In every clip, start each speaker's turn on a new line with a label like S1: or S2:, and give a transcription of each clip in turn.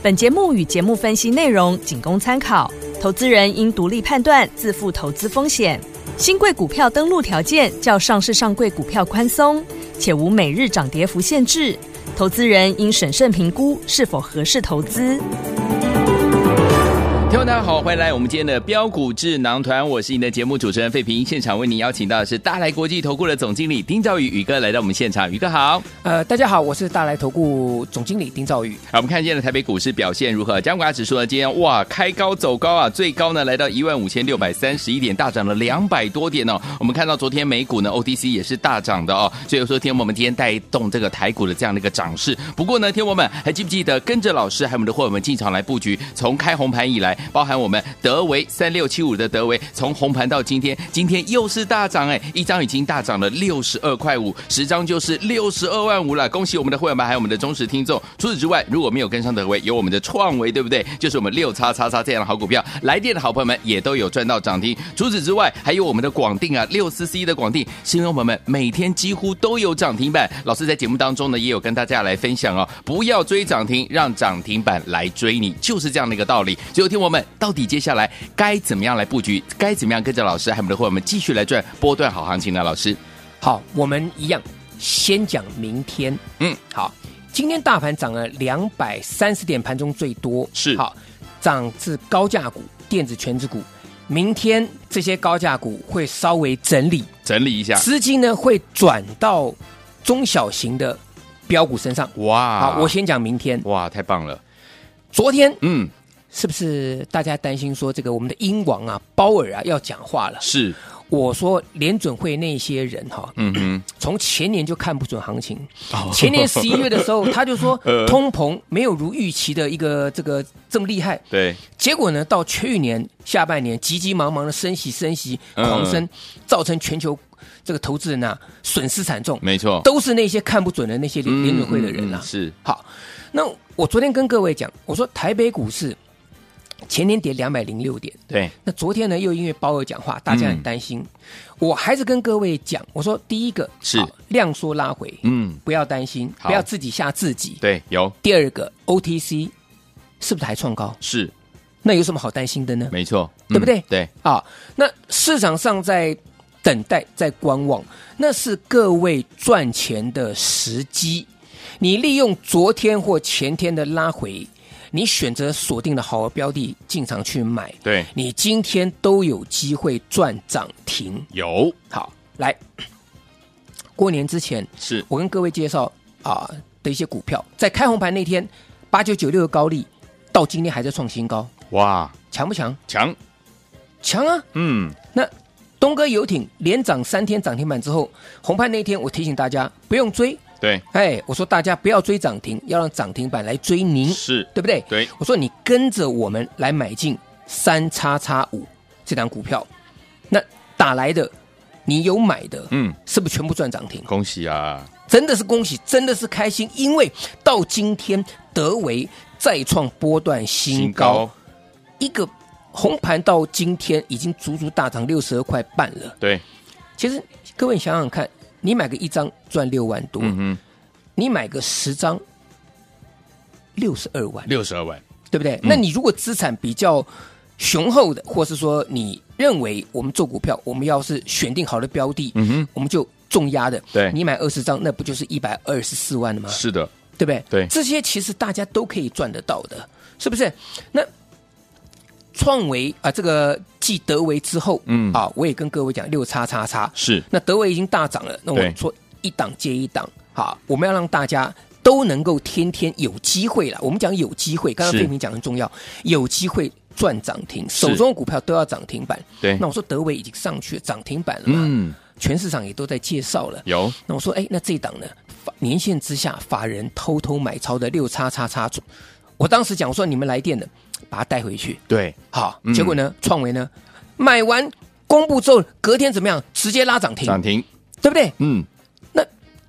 S1: 本节目与节目分析内容仅供参考，投资人应独立判断，自负投资风险。新贵股票登录条件较上市上柜股票宽松，且无每日涨跌幅限制，投资人应审慎评估是否合适投资。
S2: 听众大家好，欢迎来我们今天的标股智囊团，我是您的节目主持人费平。现场为您邀请到的是大来国际投顾的总经理丁兆宇宇哥来到我们现场，宇哥好。
S3: 呃，大家好，我是大来投顾总经理丁兆宇。
S2: 好，我们看今天的台北股市表现如何？加权指数呢？今天哇，开高走高啊，最高呢来到一万五千六百三十一点，大涨了两百多点哦。我们看到昨天美股呢 OTC 也是大涨的哦，所以说天我们今天带动这个台股的这样的一个涨势。不过呢，天我们还记不记得跟着老师还有我们的伙伴们进场来布局？从开红盘以来，包含我们德维三六七五的德维，从红盘到今天，今天又是大涨哎，一张已经大涨了六十二块五，十张就是六十二万五了。恭喜我们的会员们，还有我们的忠实听众。除此之外，如果没有跟上德维，有我们的创维，对不对？就是我们六叉叉叉这样的好股票，来电的好朋友们也都有赚到涨停。除此之外，还有我们的广定啊，六四 C 的广定，新朋友们每天几乎都有涨停板。老师在节目当中呢，也有跟大家来分享哦，不要追涨停，让涨停板来追你，就是这样的一个道理。所以，听我们到底接下来该怎么样来布局，该怎么样跟着老师还有我们的会员们继续来赚波段好行情呢？老师，
S3: 好，我们一样先讲明天。
S2: 嗯，
S3: 好，今天大盘涨了两百三十点，盘中最多
S2: 是
S3: 好，涨至高价股、电子全指股。明天这些高价股会稍微整理，
S2: 整理一下，
S3: 资金呢会转到中小型的标股身上。
S2: 哇，
S3: 好，我先讲明天。
S2: 哇，太棒了，
S3: 昨天
S2: 嗯，
S3: 是不是大家担心说这个我们的英王啊鲍尔啊要讲话了？
S2: 是，
S3: 我说联准会那些人哈、
S2: 嗯哦哼，
S3: 从前年就看不准行情。前年十一月的时候，他就说
S2: 嗯
S3: 通膨没有如预期的一个这个这么厉害。
S2: 对，
S3: 结果呢，到去年下半年急急忙忙的升息、升息、
S2: 嗯
S3: 狂升，造成全球这个投资人啊损失惨重，
S2: 没错，
S3: 都是那些看不准的那些联
S2: 嗯
S3: 联准会的
S2: 嗯
S3: 人
S2: 嗯嗯
S3: 啊。
S2: 是，
S3: 好，那我昨天跟各位讲，我说台北股市前年跌两百零六点，
S2: 对，
S3: 那昨天呢，又因为鲍尔讲话，大家很担心。我还是跟各位讲，我说第一个
S2: 嗯是
S3: 好量缩拉回，
S2: 嗯，
S3: 不要担心，
S2: 好
S3: 不要自己吓自己。
S2: 对，有，
S3: 第二个 OTC 是不是还创高？
S2: 是，
S3: 那有什么好担心的呢？
S2: 没错，嗯
S3: 对不对
S2: 对，
S3: 啊，那市场上在等待，在观望，那是各位赚钱的时机。你利用昨天或前天的拉回，你选择锁定的好标的进场去买，
S2: 对，
S3: 你今天都有机会赚涨停。
S2: 有，
S3: 好，来， 过年之前
S2: 是，
S3: 我跟各位介绍啊的一些股票，在开红盘那天，八九九六的高利到今天还在创新高，
S2: 哇，
S3: 强不强？
S2: 强，
S3: 强啊！
S2: 嗯，
S3: 那东哥游艇连涨三天涨停板之后，红盘那一天我提醒大家不用追，
S2: 对，
S3: 哎，我说大家不要追涨停，要让涨停板来追您，
S2: 是，
S3: 对不对？
S2: 对，
S3: 我说你跟着我们来买进三叉叉五这档股票，那打来的你有买的，
S2: 嗯，
S3: 是不是全部赚涨停？
S2: 恭喜啊，
S3: 真的是恭喜，真的是开心，因为到今天德维再创波段新嗯高，一个红盘到今天已经足足大涨六十二块半了。
S2: 对，
S3: 其实各位想想看，你买个一张赚六万多，
S2: 嗯哼，
S3: 你买个十张六十二万，
S2: 六十二万，
S3: 对不对？那你如果资产比较雄厚的，或是说你认为我们做股票，我们要是选定好的标的，
S2: 嗯哼，
S3: 我们就重压的，
S2: 对
S3: 你买二十张，那不就是一百二十四万了吗？
S2: 是的，
S3: 对不对？
S2: 对
S3: 这些其实大家都可以赚得到的，是不是？那创维啊，这个继德维之后，
S2: 嗯
S3: 啊，我也跟各位讲六叉叉叉，
S2: 是，
S3: 那德维已经大涨了，那
S2: 对
S3: 我说一档接一档，好，我们要让大家都能够天天有机会了。我们讲有机会，刚刚
S2: 是
S3: 费明讲很重要，有机会赚涨停，
S2: 是
S3: 手中的股票都要涨停板。
S2: 对
S3: 那，我说德维已经上去了涨停板了嘛，
S2: 嗯，
S3: 全市场也都在介绍了。
S2: 有，
S3: 那我说，哎，那这一档呢？法年限之下，法人偷偷买超的六叉叉叉我当时讲我说你们来电的，把它带回去。
S2: 对，
S3: 好，
S2: 嗯
S3: 结果呢，创维呢买完公布之后，隔天怎么样？直接拉涨停，
S2: 涨停，
S3: 对不对？
S2: 嗯，
S3: 那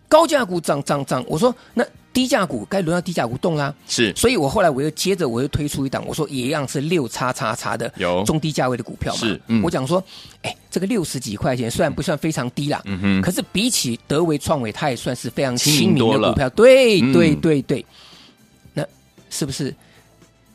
S3: 高价股涨涨涨，我说那低价股该轮到低价股动啦、
S2: 是
S3: 所以我后来我又接着我又推出一档，我说一样是六叉叉叉的
S2: 有
S3: 中低价位的股票嘛，
S2: 是嗯
S3: 我讲说，哎，这个六十几块钱虽然不算非常低啦，
S2: 嗯哼
S3: 可是比起德维创伟，它也算是非常
S2: 亲民
S3: 亲民
S2: 多
S3: 的
S2: 了
S3: 股票，对
S2: 嗯
S3: 对对对，那是不是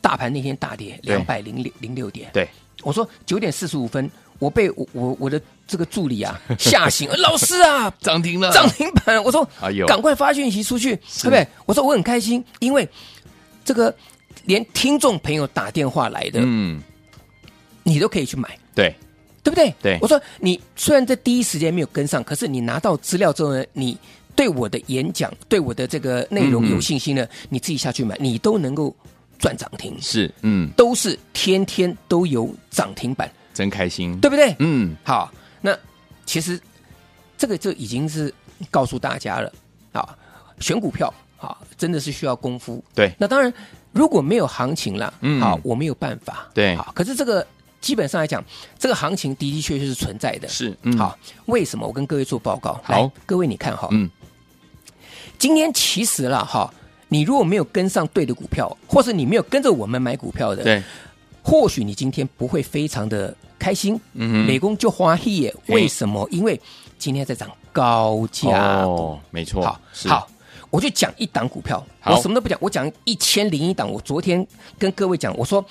S3: 大盘那天大跌
S2: 对
S3: 两百零六零六点？
S2: 对，
S3: 我说九点四十五分，我被我我我的这个助理啊吓醒，呃 老师啊，
S2: 涨停了，
S3: 涨停板，我说
S2: 嗯哎呦，
S3: 赶快发讯息出去，对不对？我说我很开心，因为这个连听众朋友打电话来的，
S2: 嗯，
S3: 你都可以去买，
S2: 对，
S3: 对不对？
S2: 对
S3: 我说你虽然在第一时间没有跟上，可是你拿到资料之后呢，你对我的演讲、对我的这个内
S2: 嗯
S3: 容有信心呢，你自己下去买，你都能够赚涨停，
S2: 是，嗯，
S3: 都是天天都有涨停板，
S2: 真开心，，
S3: 对不对？
S2: 嗯，
S3: 好，那其实这个就已经是告诉大家了啊，选股票啊，真的是需要功夫。
S2: 对，
S3: 那当然，如果没有行情啦，
S2: 嗯
S3: 好，我没有办法。
S2: 对
S3: 好，可是这个基本上来讲，这个行情的的确确是存在的。
S2: 是，嗯，，
S3: 好，为什么？我跟各位做报告。
S2: 好
S3: 来，各位你看哈，
S2: 嗯，
S3: 今天其实啦哈，你如果没有跟上对的股票，或是你没有跟着我们买股票的，
S2: 对，
S3: 或许你今天不会非常的开心，
S2: 嗯哼
S3: 美工就花嘿耶。
S2: 嘿
S3: 为什么？因为今天在涨高价股。
S2: 哦，没错，
S3: 好，
S2: 是
S3: 好，，我就讲一档股票，
S2: 好
S3: 我什么都不讲，我讲一千零一档。我昨天跟各位讲，我说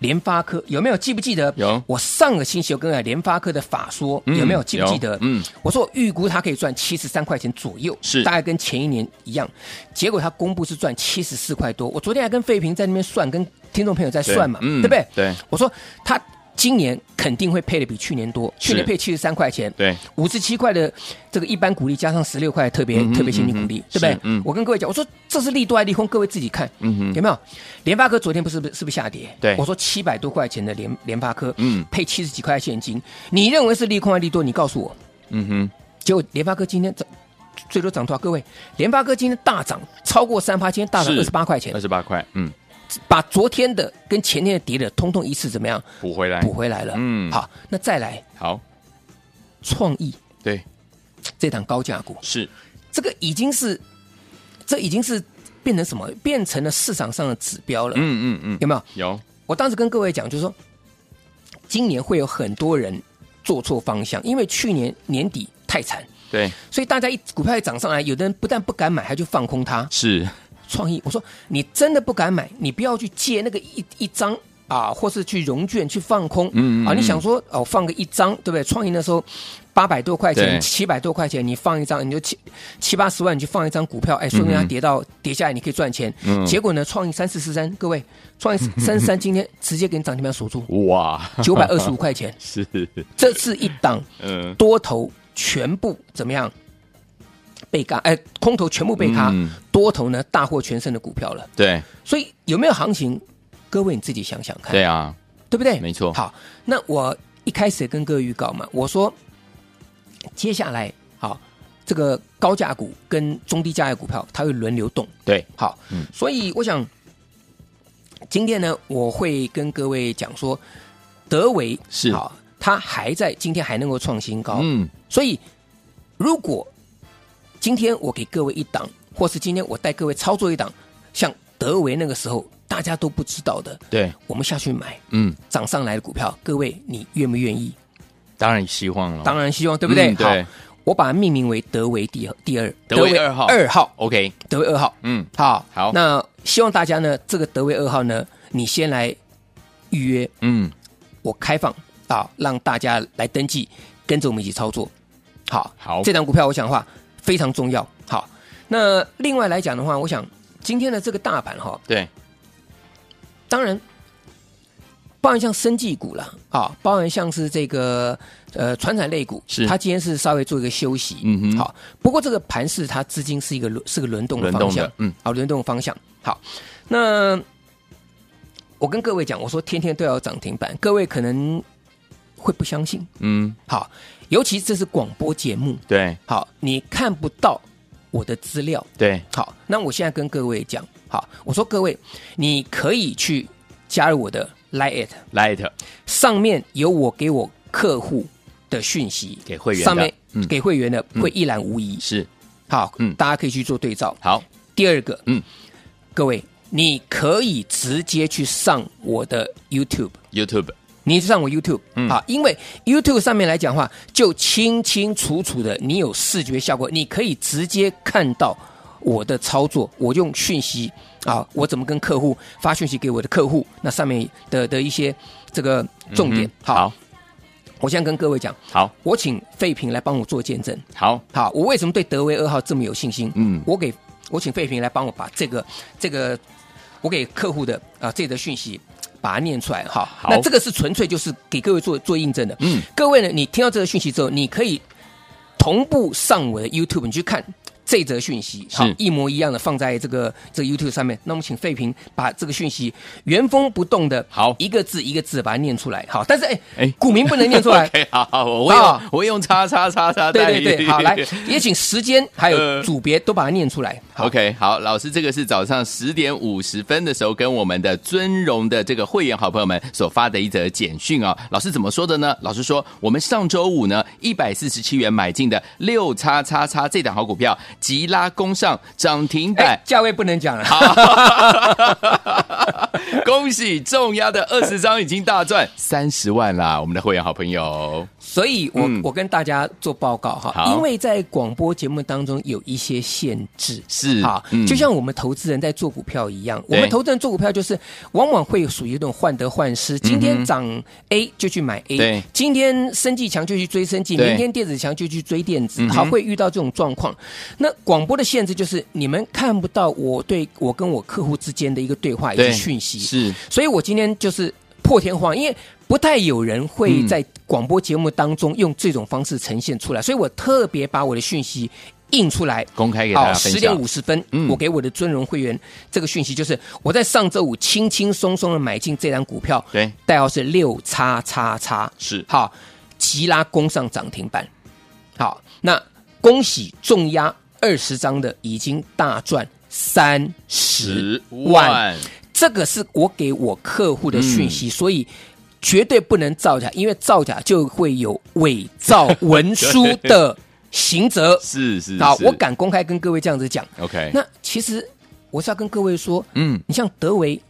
S3: 联发科有没有记不记得？
S2: 有
S3: 我上个星期有跟联发科的法说
S2: 嗯
S3: 有没有记不记得
S2: 有？嗯，
S3: 我说我预估它可以赚七十三块钱左右，
S2: 是
S3: 大概跟前一年一样。结果它公布是赚七十四块多。我昨天还跟费平在那边算，跟听众朋友在
S2: 对
S3: 算嘛，
S2: 嗯
S3: 对不对？
S2: 对，
S3: 我说它今年肯定会配的比去年多，
S2: 是
S3: 去年配七十三块钱，
S2: 对，
S3: 五十七块的这个一般股利加上十六块特别、
S2: 嗯哼
S3: 特别现金股利，
S2: 嗯哼
S3: 对不对
S2: 是？嗯
S3: 我跟各位讲，我说这是利多还是利空，各位自己看，
S2: 嗯哼
S3: 有没有？联发科昨天不是不是是不是下跌？
S2: 对
S3: 我说七百多块钱的联联发科，
S2: 嗯
S3: 配七十几块现金，你认为是利空还是利多？你告诉我。
S2: 嗯哼，
S3: 结果联发科今天涨，最多涨多少？各位，联发科今天大涨超过三趴，今天大涨二
S2: 是
S3: 十八块钱
S2: 二，十八块，嗯，
S3: 把昨天的跟前天的跌的，通通一次怎么样
S2: 补回来，
S3: 补回来了？
S2: 嗯
S3: 好，那再来
S2: 好，
S3: 创意
S2: 对，
S3: 这档高价股，
S2: 是，
S3: 这个已经是，这已经是变成什么？变成了市场上的指标了，
S2: 嗯嗯嗯，
S3: 有没有？
S2: 有，
S3: 我当时跟各位讲，就是说，今年会有很多人做错方向，因为去年年底太惨，
S2: 对，
S3: 所以大家一股票一涨上来，有的人不但不敢买，还去放空它。
S2: 是，
S3: 创意，我说你真的不敢买，你不要去借那个一一张啊，或是去融券去放空，
S2: 嗯嗯
S3: 啊，
S2: 嗯
S3: 你想说哦，放个一张，对不对？创意那时候八百多块
S2: 对
S3: 钱，七百多块钱，你放一张，你就七七八十万，你去放一张股票，哎，说明它跌到、跌下来，你可以赚钱。
S2: 嗯，
S3: 结果呢，创意三四四三，各位，创意三三今天直接给你涨停板锁住
S2: 哇，
S3: 九百二十五 块钱，
S2: 是，
S3: 这是一档
S2: 嗯，
S3: 多头全部怎么样？被嘎，哎、空头全部被嘎，
S2: 嗯
S3: 多头呢大获全胜的股票了。
S2: 对，
S3: 所以有没有行情？各位你自己想想看，
S2: 对啊，
S3: 对不对？
S2: 没错
S3: 好，那我一开始也跟各位预告嘛，我说接下来好，这个高价股跟中低价的股票它会轮流动。
S2: 对，
S3: 好，
S2: 嗯
S3: 所以我想今天呢，我会跟各位讲说，德维
S2: 是
S3: 好，它还在今天还能够创新高，
S2: 嗯，
S3: 所以，如果今天我给各位一档，或是今天我带各位操作一档，像德维那个时候大家都不知道的，
S2: 对，
S3: 我们下去买
S2: 嗯，
S3: 涨上来的股票，各位你愿不愿意？
S2: 当然希望了，
S3: 当然希望，对不对？
S2: 嗯对
S3: 好，我把它命名为德维第二第二，
S2: 德维二号
S3: 二号，
S2: ，OK，
S3: 德维二号。
S2: 嗯，
S3: 好，
S2: 好
S3: 那希望大家呢，这个德维二号呢，你先来预约，
S2: 嗯，
S3: 我开放啊，让大家来登记，跟着我们一起操作。好，
S2: 好
S3: 这档股票我想的话非常重要。好，那另外来讲的话，我想今天的这个大盘哈，
S2: 对，
S3: 当然包含像生技股啦，啊，包含像是这个呃传产类股，
S2: 是
S3: 它今天是稍微做一个休息。
S2: 嗯哼
S3: 好，不过这个盘是它资金是一个轮是个轮动的
S2: 轮
S3: 方
S2: 动
S3: 向
S2: 的，，嗯，
S3: 好，轮动方向。好，那我跟各位讲，我说天天都要有涨停板，各位可能会不相信。
S2: 嗯，
S3: 好，尤其这是广播节目，
S2: 对，
S3: 好，你看不到我的资料。
S2: 对，
S3: 好，那我现在跟各位讲，好，我说各位，你可以去加入我的 Lite，
S2: ，Light
S3: 上面有我给我客户的讯息，
S2: 给会员的
S3: 上面
S2: 嗯
S3: 给会员的会一览无遗。
S2: 是
S3: 好，
S2: 嗯
S3: 大家可以去做对照。
S2: 好，
S3: 第二个，
S2: 嗯，
S3: 各位，你可以直接去上我的 YouTube。
S2: YouTube
S3: 你上我 YouTube，、
S2: 嗯
S3: 好，因为 YouTube 上面来讲的话，就清清楚楚的，你有视觉效果，你可以直接看到我的操作，我用讯息啊，我怎么跟客户发讯息给我的客户，那上面的的一些这个重点。
S2: 嗯好，
S3: 我现在跟各位讲，
S2: 好
S3: 我请费平来帮我做见证。
S2: 好
S3: 好，我为什么对德威二号这么有信心？
S2: 嗯
S3: 我给我请费平来帮我把这个这个我给客户的啊、这则讯息。把它念出来哈，
S2: 好
S3: 那这个是纯粹就是给各位做做印证的。
S2: 嗯，
S3: 各位呢，你听到这个讯息之后，你可以同步上我的 YouTube，你去看这则讯息，好
S2: 是，
S3: 一模一样的放在这个这个 YouTube 上面。那我们请费平把这个讯息原封不动的，
S2: 好
S3: 一个字一个字地把它念出来。好，但是哎
S2: 哎
S3: 股民不能念出 来，
S2: OK，好好，我会用
S3: 啊
S2: 我会用叉叉叉叉代
S3: 对
S2: 理，
S3: 对对，好，来，也请时间还有
S2: 呃
S3: 组别都把它念出来。好
S2: OK，好，老师，这个是早上十点五十分的时候，跟我们的尊荣的这个会员好朋友们所发的一则简讯啊、老师怎么说的呢？老师说，我们上周五呢，一百四十七元买进的六叉叉叉这档好股票，急拉攻上涨停板
S3: 哎，，价位不能讲了。好，
S2: 恭喜重压的二十张已经大赚三十万啦！我们的会员好朋友，
S3: 所以我
S2: 嗯
S3: 我跟大家做报告哈，
S2: 好
S3: 因为在广播节目当中有一些限制。
S2: 是
S3: 好
S2: 嗯，
S3: 就像我们投资人在做股票一样，我
S2: 对
S3: 们投资人做股票就是往往会属于那种患得患失，今天涨 A 就去买
S2: 嗯对
S3: A，今天生技强就去追生技，
S2: 对
S3: 明天电子强就去追电子
S2: 嗯，哼
S3: 好，会遇到这种状况。那广播的限制就是你们看不到我对我跟我客户之间哎的一个对话以及讯息，
S2: 是
S3: 所以我今天就是破天荒，因为不太有人
S2: 嗯
S3: 会在广播节目当中用这种方式呈现出来，所以我特别把我的讯息印出来。
S2: 公开给大
S3: 好，
S2: 家分
S3: 十
S2: 享
S3: 点。五十分，
S2: 嗯
S3: 我给我的尊荣会员这个讯息就是，我在上周五轻轻松松的买进这张股票，
S2: 对，
S3: 代号是六叉叉叉，
S2: 是
S3: 好，吉拉攻上涨停板，好，那恭喜重压二十张的已经大赚三十
S2: 十
S3: 万。
S2: 万，
S3: 这个是我给我客户的讯
S2: 嗯
S3: 息，所以绝对不能造假，因为造假就会有伪造文书的刑责。
S2: 是是哎
S3: 好，
S2: 是
S3: 我敢公开跟各位这样子讲。
S2: OK，
S3: 那其实我是要跟各位说，
S2: 嗯，
S3: 你像德维，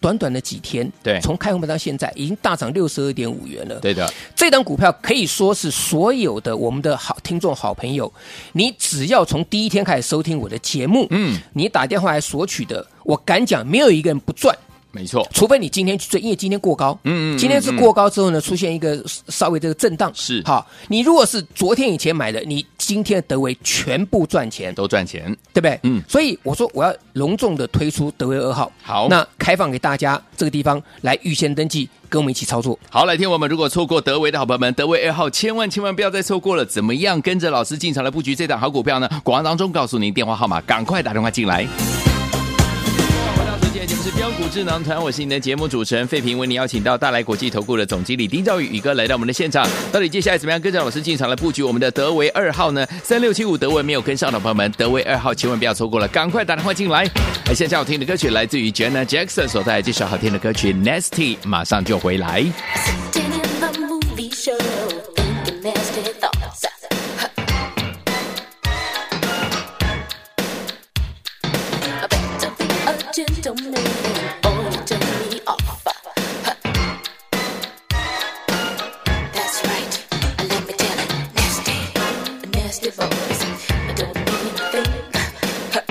S3: 短短的几天，
S2: 对
S3: 从开红盘到现在已经大涨六十二点五元了。
S2: 对的，
S3: 这档股票可以说是所有的我们的好听众、好朋友，你只要从第一天开始收听我的节目，
S2: 嗯，
S3: 你打电话来索取的，我敢讲，没有一个人不赚。
S2: 没错，
S3: 除非你今天去追，因为今天过高，
S2: 嗯嗯嗯
S3: 今天是过高之后呢，出现一个稍微这个震荡，
S2: 是
S3: 好。你如果是昨天以前买的，你今天的德维全部赚钱，
S2: 都赚钱。
S3: 对不对？
S2: 嗯
S3: 所以我说我要隆重的推出德维二号，
S2: 好
S3: 那开放给大家这个地方来预先登记，跟我们一起操作。
S2: 好，来听我们如果错过德维的好朋友们，德维二号千万千万不要再错过了。怎么样跟着老师进场来布局这档好股票呢？广告当中告诉您电话号码，赶快打电话进来。回到今天的节目是标股智囊团，我是你的节目主持人费平，为你邀请到大来国际投顾的总经理丁兆宇宇哥来到我们的现场。到底接下来怎么样跟着老师进场来布局我们的德维二号呢？三六七五德维没有跟上的朋友们，德维二号千万不要错过了，赶快打电话进来。而现在好听的歌曲来自于 Jenna Jackson 所带来这首好听的歌曲《Nasty》，马上就回来。
S4: Sitting in the movie show, thinking nasty thoughts. Huh. I better be a gentleman, or you turn me off. Huh. That's right. Let me tell it, nasty, nasty voice. I don't mean a thing. Huh.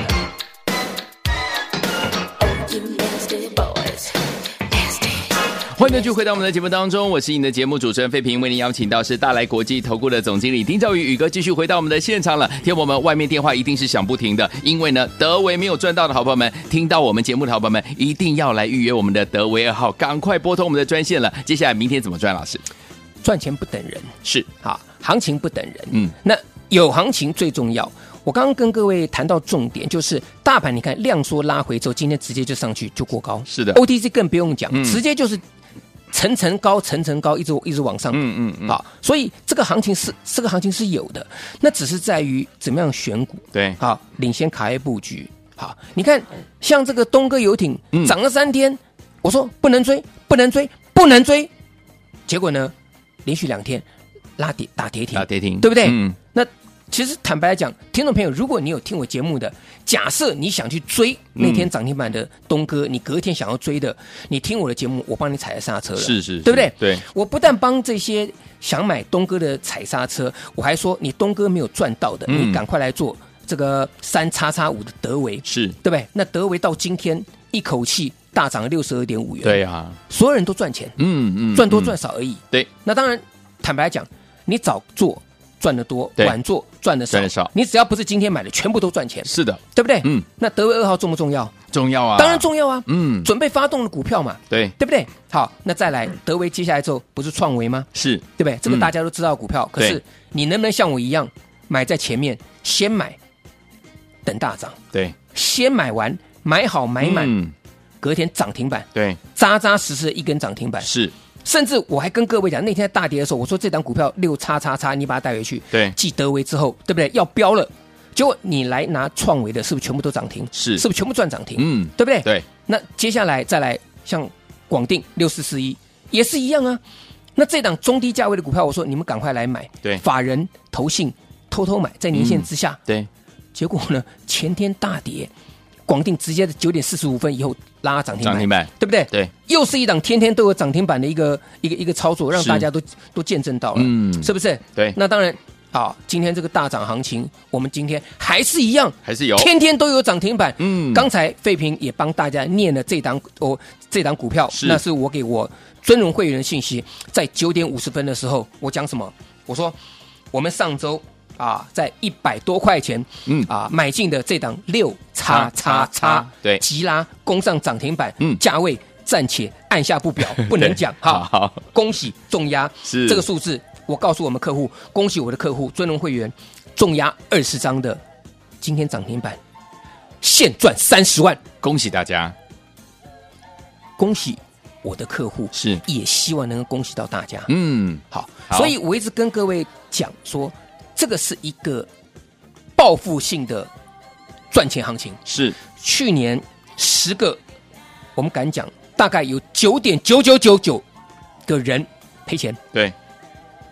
S4: Oh, you nasty boys, nasty.
S2: 欢迎继续回到我们的节目当中，我是你的节目主持人费平，为您邀请到是大来国际投顾的总经理丁兆宇宇哥，继续回到我们的现场了。听友们，外面电话一定是响不停的，因为呢，德维没有赚到的好朋友们，听到我们节目的好朋友们，一定要来预约我们的德维二号，赶快拨通我们的专线了。接下来明天怎么赚，老师？
S3: 赚钱不等人，
S2: 是
S3: 好，啊行情不等人。
S2: 嗯
S3: 嗯，那有行情最重要。我刚刚跟各位谈到重点，就是大盘你看量缩拉回之后，今天直接就上去就过高，
S2: 是的
S3: OTC 更不用讲，直接就是层层高，层层高，一直一直往上。嗯嗯嗯。好，所以这个行情是这个行情是有的，那只是在于怎么样选股。啊
S2: 对
S3: 好，领先卡位布局。好，你看像这个东哥游艇
S2: 嗯
S3: 涨了三天，我说不能追，不能追，不能追，结果呢，连续两天拉跌打跌停
S2: 啊，，跌停，
S3: 对不对？
S2: 嗯，
S3: 那其实坦白来讲，听众朋友，如果你有听我节目的，假设你想去追
S2: 嗯
S3: 那天涨停板的东哥，你隔天想要追的，你听我的节目，我帮你踩了刹车了，
S2: 是是是
S3: 对不对？
S2: 对，
S3: 我不但帮这些想买东哥的踩刹车，我还说你东哥没有赚到的，
S2: 嗯
S3: 你赶快来做这个三叉叉五的德维，
S2: 是，
S3: 对不对？那德维到今天一口气大涨六十二点五元，
S2: 对，啊，
S3: 所有人都赚钱，
S2: 嗯嗯，
S3: 赚多
S2: 嗯
S3: 赚，少而已。
S2: 对，
S3: 那当然，坦白讲，你早做赚得多，
S2: 对
S3: 晚做赚得少。
S2: 赚得少
S3: 你只要不是今天买的，全部都赚钱，
S2: 是的，
S3: 对不对？
S2: 嗯。
S3: 那德威二号重不重要？
S2: 重要啊，
S3: 当然，重要啊。
S2: 嗯，
S3: 准备发动的股票嘛，
S2: 对，
S3: 对不对？好，那再来，德威接下来之后不是创维吗？
S2: 是，
S3: 对不对？这个
S2: 嗯
S3: 大家都知道的股票，可是
S2: 对
S3: 你能不能像我一样买在前面，先买，等大涨，
S2: 对，
S3: 先买完，买好买满，
S2: 嗯，
S3: 隔天涨停板，
S2: 对，
S3: 扎扎实实的一根涨停板。
S2: 是，
S3: 甚至我还跟各位讲，那天在大跌的时候，我说这档股票六叉叉叉，你把它带回去，
S2: 对
S3: 继德维之后，对不对？要飙了，结果你来拿创维的，是不是全部都涨停？
S2: 是
S3: 是不是全部赚涨停？
S2: 嗯，
S3: 对不对？。
S2: 对，
S3: 那接下来再来像广定六四四一也是一样啊。那这档中低价位的股票，我说你们赶快来买，
S2: 对
S3: 法人投信偷偷买，在年线之下，
S2: 对，
S3: 结果呢前天大跌，广定直接九点四十五分以后拉涨停板，
S2: 涨停板，
S3: 对不对？
S2: 对，
S3: 又是一档天天都有涨停板的一个一个一个操作，让
S2: 是
S3: 大家都都见证到了，
S2: 嗯
S3: 是不是？
S2: 对
S3: 那当然，好，今天这个大涨行情，我们今天还是一样，
S2: 还是有，
S3: 天天都有涨停板。
S2: 嗯
S3: 刚才费平也帮大家念了这档哦，这档股票，
S2: 是
S3: 那是我给我尊荣会员的信息，在九点五十分的时候，我讲什么？我说我们上周啊，在一百多块钱，
S2: 嗯
S3: 啊买进的这档六叉叉
S2: 叉叉
S3: 叉，
S2: 对
S3: 吉拉攻上涨停板，
S2: 嗯
S3: 价位暂且按下不表，不能讲
S2: 好
S3: 哈。
S2: 好，
S3: 恭喜重压，
S2: 是
S3: 这个数字，我告诉我们客户，恭喜我的客户尊荣会员重压二十张的，今天涨停板，现赚三十万，
S2: 恭喜大家，
S3: 恭喜我的客户，
S2: 是，
S3: 也希望能够恭喜到大家。
S2: 嗯，
S3: 好，
S2: 好
S3: 所以我一直跟各位讲说，这个是一个报复性的赚钱行情。
S2: 是，
S3: 去年十个，我们敢讲，大概有九点九九九九个人赔钱。
S2: 对，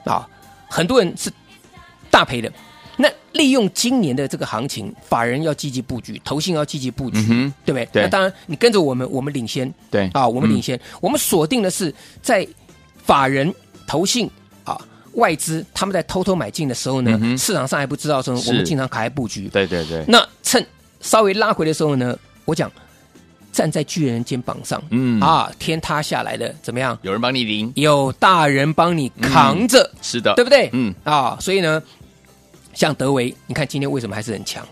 S3: 啊，很多人是大赔的。那利用今年的这个行情，法人要积极布局，投信要积极布局，
S2: 嗯哼
S3: 对不对？
S2: 对
S3: 那当然，你跟着我们，我们领先
S2: 对，
S3: 啊，我们领
S2: 嗯，
S3: 先，我们锁定的是在法人、投信啊、外资他们在偷偷买进的时候呢，
S2: 嗯哼
S3: 市场上还不知道的时候，
S2: 是
S3: 我们经常卡来布局。
S2: 对对对，
S3: 那趁稍微拉回的时候呢，我讲站在巨人肩膀上，
S2: 嗯
S3: 啊，天塌下来了，怎么样？
S2: 有人帮你领，
S3: 有大人帮你扛着。
S2: 是的，
S3: 对不对？
S2: 嗯，
S3: 啊，所以呢，像德维，你看今天为什么还是很强，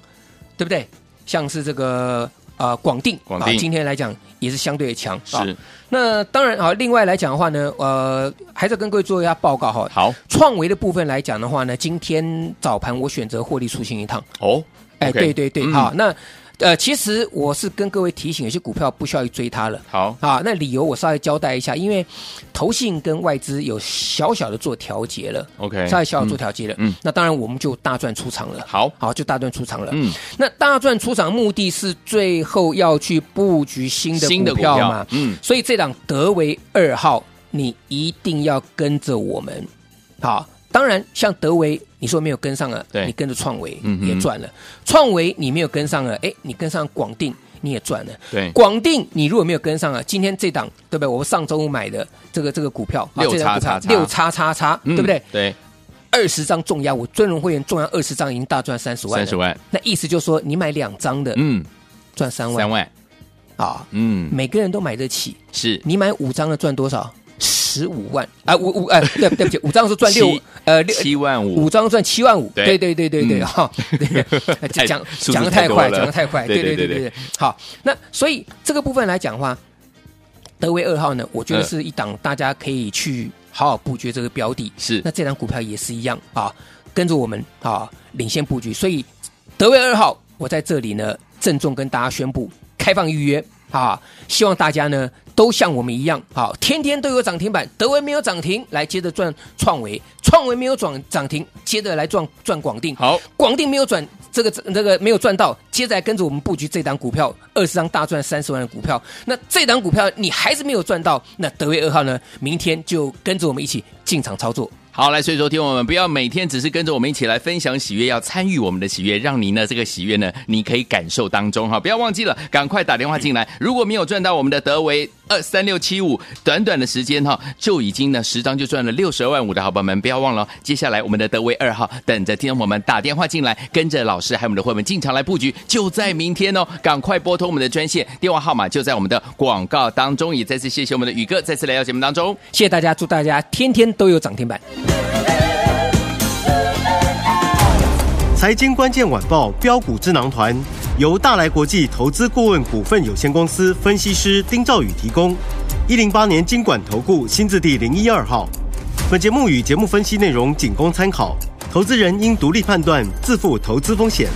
S3: 对不对？像是这个呃广定，
S2: 广定
S3: 啊，今天来讲也是相对的强。啊
S2: 是，
S3: 那当然啊，另外来讲的话呢，呃，还是要跟各位做一下报告哈。
S2: 好，
S3: 创维的部分来讲的话呢，今天早盘我选择获利出清一趟。
S2: 哦，
S3: 哎
S2: OK，
S3: 对对对，
S2: 嗯
S3: 好，那呃，其实我是跟各位提醒，有些股票不需要去追它了。
S2: 好，
S3: 啊，那理由我稍微交代一下，因为投信跟外资有小小的做调节了
S2: OK，
S3: 稍微小小做调节了，
S2: 嗯
S3: 嗯，那当然我们就大赚出场了，
S2: 好
S3: 好就大赚出场了，
S2: 嗯，
S3: 那大赚出场目的是最后要去布局新的
S2: 新的
S3: 股
S2: 股
S3: 票
S2: 票
S3: 嘛，
S2: 嗯
S3: 所以这档德维二号你一定要跟着我们，好。当然，像德维，你说没有跟上了，
S2: 对
S3: 你跟着创维
S2: 嗯哼
S3: 也赚了；创维你没有跟上了，哎，你跟上广定你也赚了。
S2: 对，
S3: 广定，你如果没有跟上啊，今天这档对不对？我们上周五买的这个这个股票，啊
S2: 六
S3: 这档股票
S2: 叉叉叉
S3: 六叉叉叉，
S2: 嗯
S3: 对不对？
S2: 对，
S3: 二十张重压，我尊荣会员重压二十张，已经大赚三十万。
S2: 三十，万，
S3: 那意思就是说，你买两张的
S2: 嗯，
S3: 赚三
S2: 三
S3: 万
S2: 万，
S3: 啊，
S2: 嗯，
S3: 每个人都买得起。
S2: 是，
S3: 你买五张的赚多少？十五万啊，五五哎，对对不起，五张是赚六
S2: 七
S3: 呃六
S2: 七万五
S3: 五，张赚七万五，
S2: 对
S3: 对对对对对
S2: 嗯
S3: 哈， 对
S2: 太
S3: 讲
S2: 数字
S3: 讲的
S2: 太
S3: 太
S2: 多
S3: 快，
S2: 了
S3: 讲的太快，
S2: 对对
S3: 对对
S2: 对
S3: 对对对。好，那所以这个部分来讲的话，德维二号呢，我觉得
S2: 嗯
S3: 是一档大家可以去好好布局这个标的。
S2: 是
S3: 那这档股票也是一样啊，跟着我们啊领先布局，所以德维二号，我在这里呢郑重跟大家宣布开放预约啊，希望大家呢都像我们一样，好、天天都有涨停板，德维没有涨停，来接着赚创维，创维没有涨涨停，接着来赚赚广定，
S2: 好，
S3: 广定没有转这个这个没有赚到，接下来跟着我们布局这档股票，二十张大赚三十万的股票。那这档股票你还是没有赚到，那德威二号呢？明天就跟着我们一起进场操作。
S2: 好，来，所以说听我们不要每天只是跟着我们一起来分享喜悦，要参与我们的喜悦，让您呢这个喜悦呢，你可以感受当中哈，不要忘记了，赶快打电话进来。如果没有赚到我们的德维二三六七五，短短的时间哈，就已经呢十张就赚了六十二万五的好朋友们，不要忘了哦，接下来我们的德维二号等着听众朋友们打电话进来，跟着老师还有我们的伙伴们进场来布局，就在明天哦，赶快拨通我们的专线，电话号码就在我们的广告当中。也再次谢谢我们的宇哥，再次来到节目当中。
S3: 谢谢大家，祝大家天天都有涨停板。
S5: 财经关键晚报标股智囊团由大来国际投资顾问股份有限公司分析师丁兆宇提供。一零八年经管投顾新字第零一二号。本节目与节目分析内容仅供参考，投资人应独立判断，自负投资风险。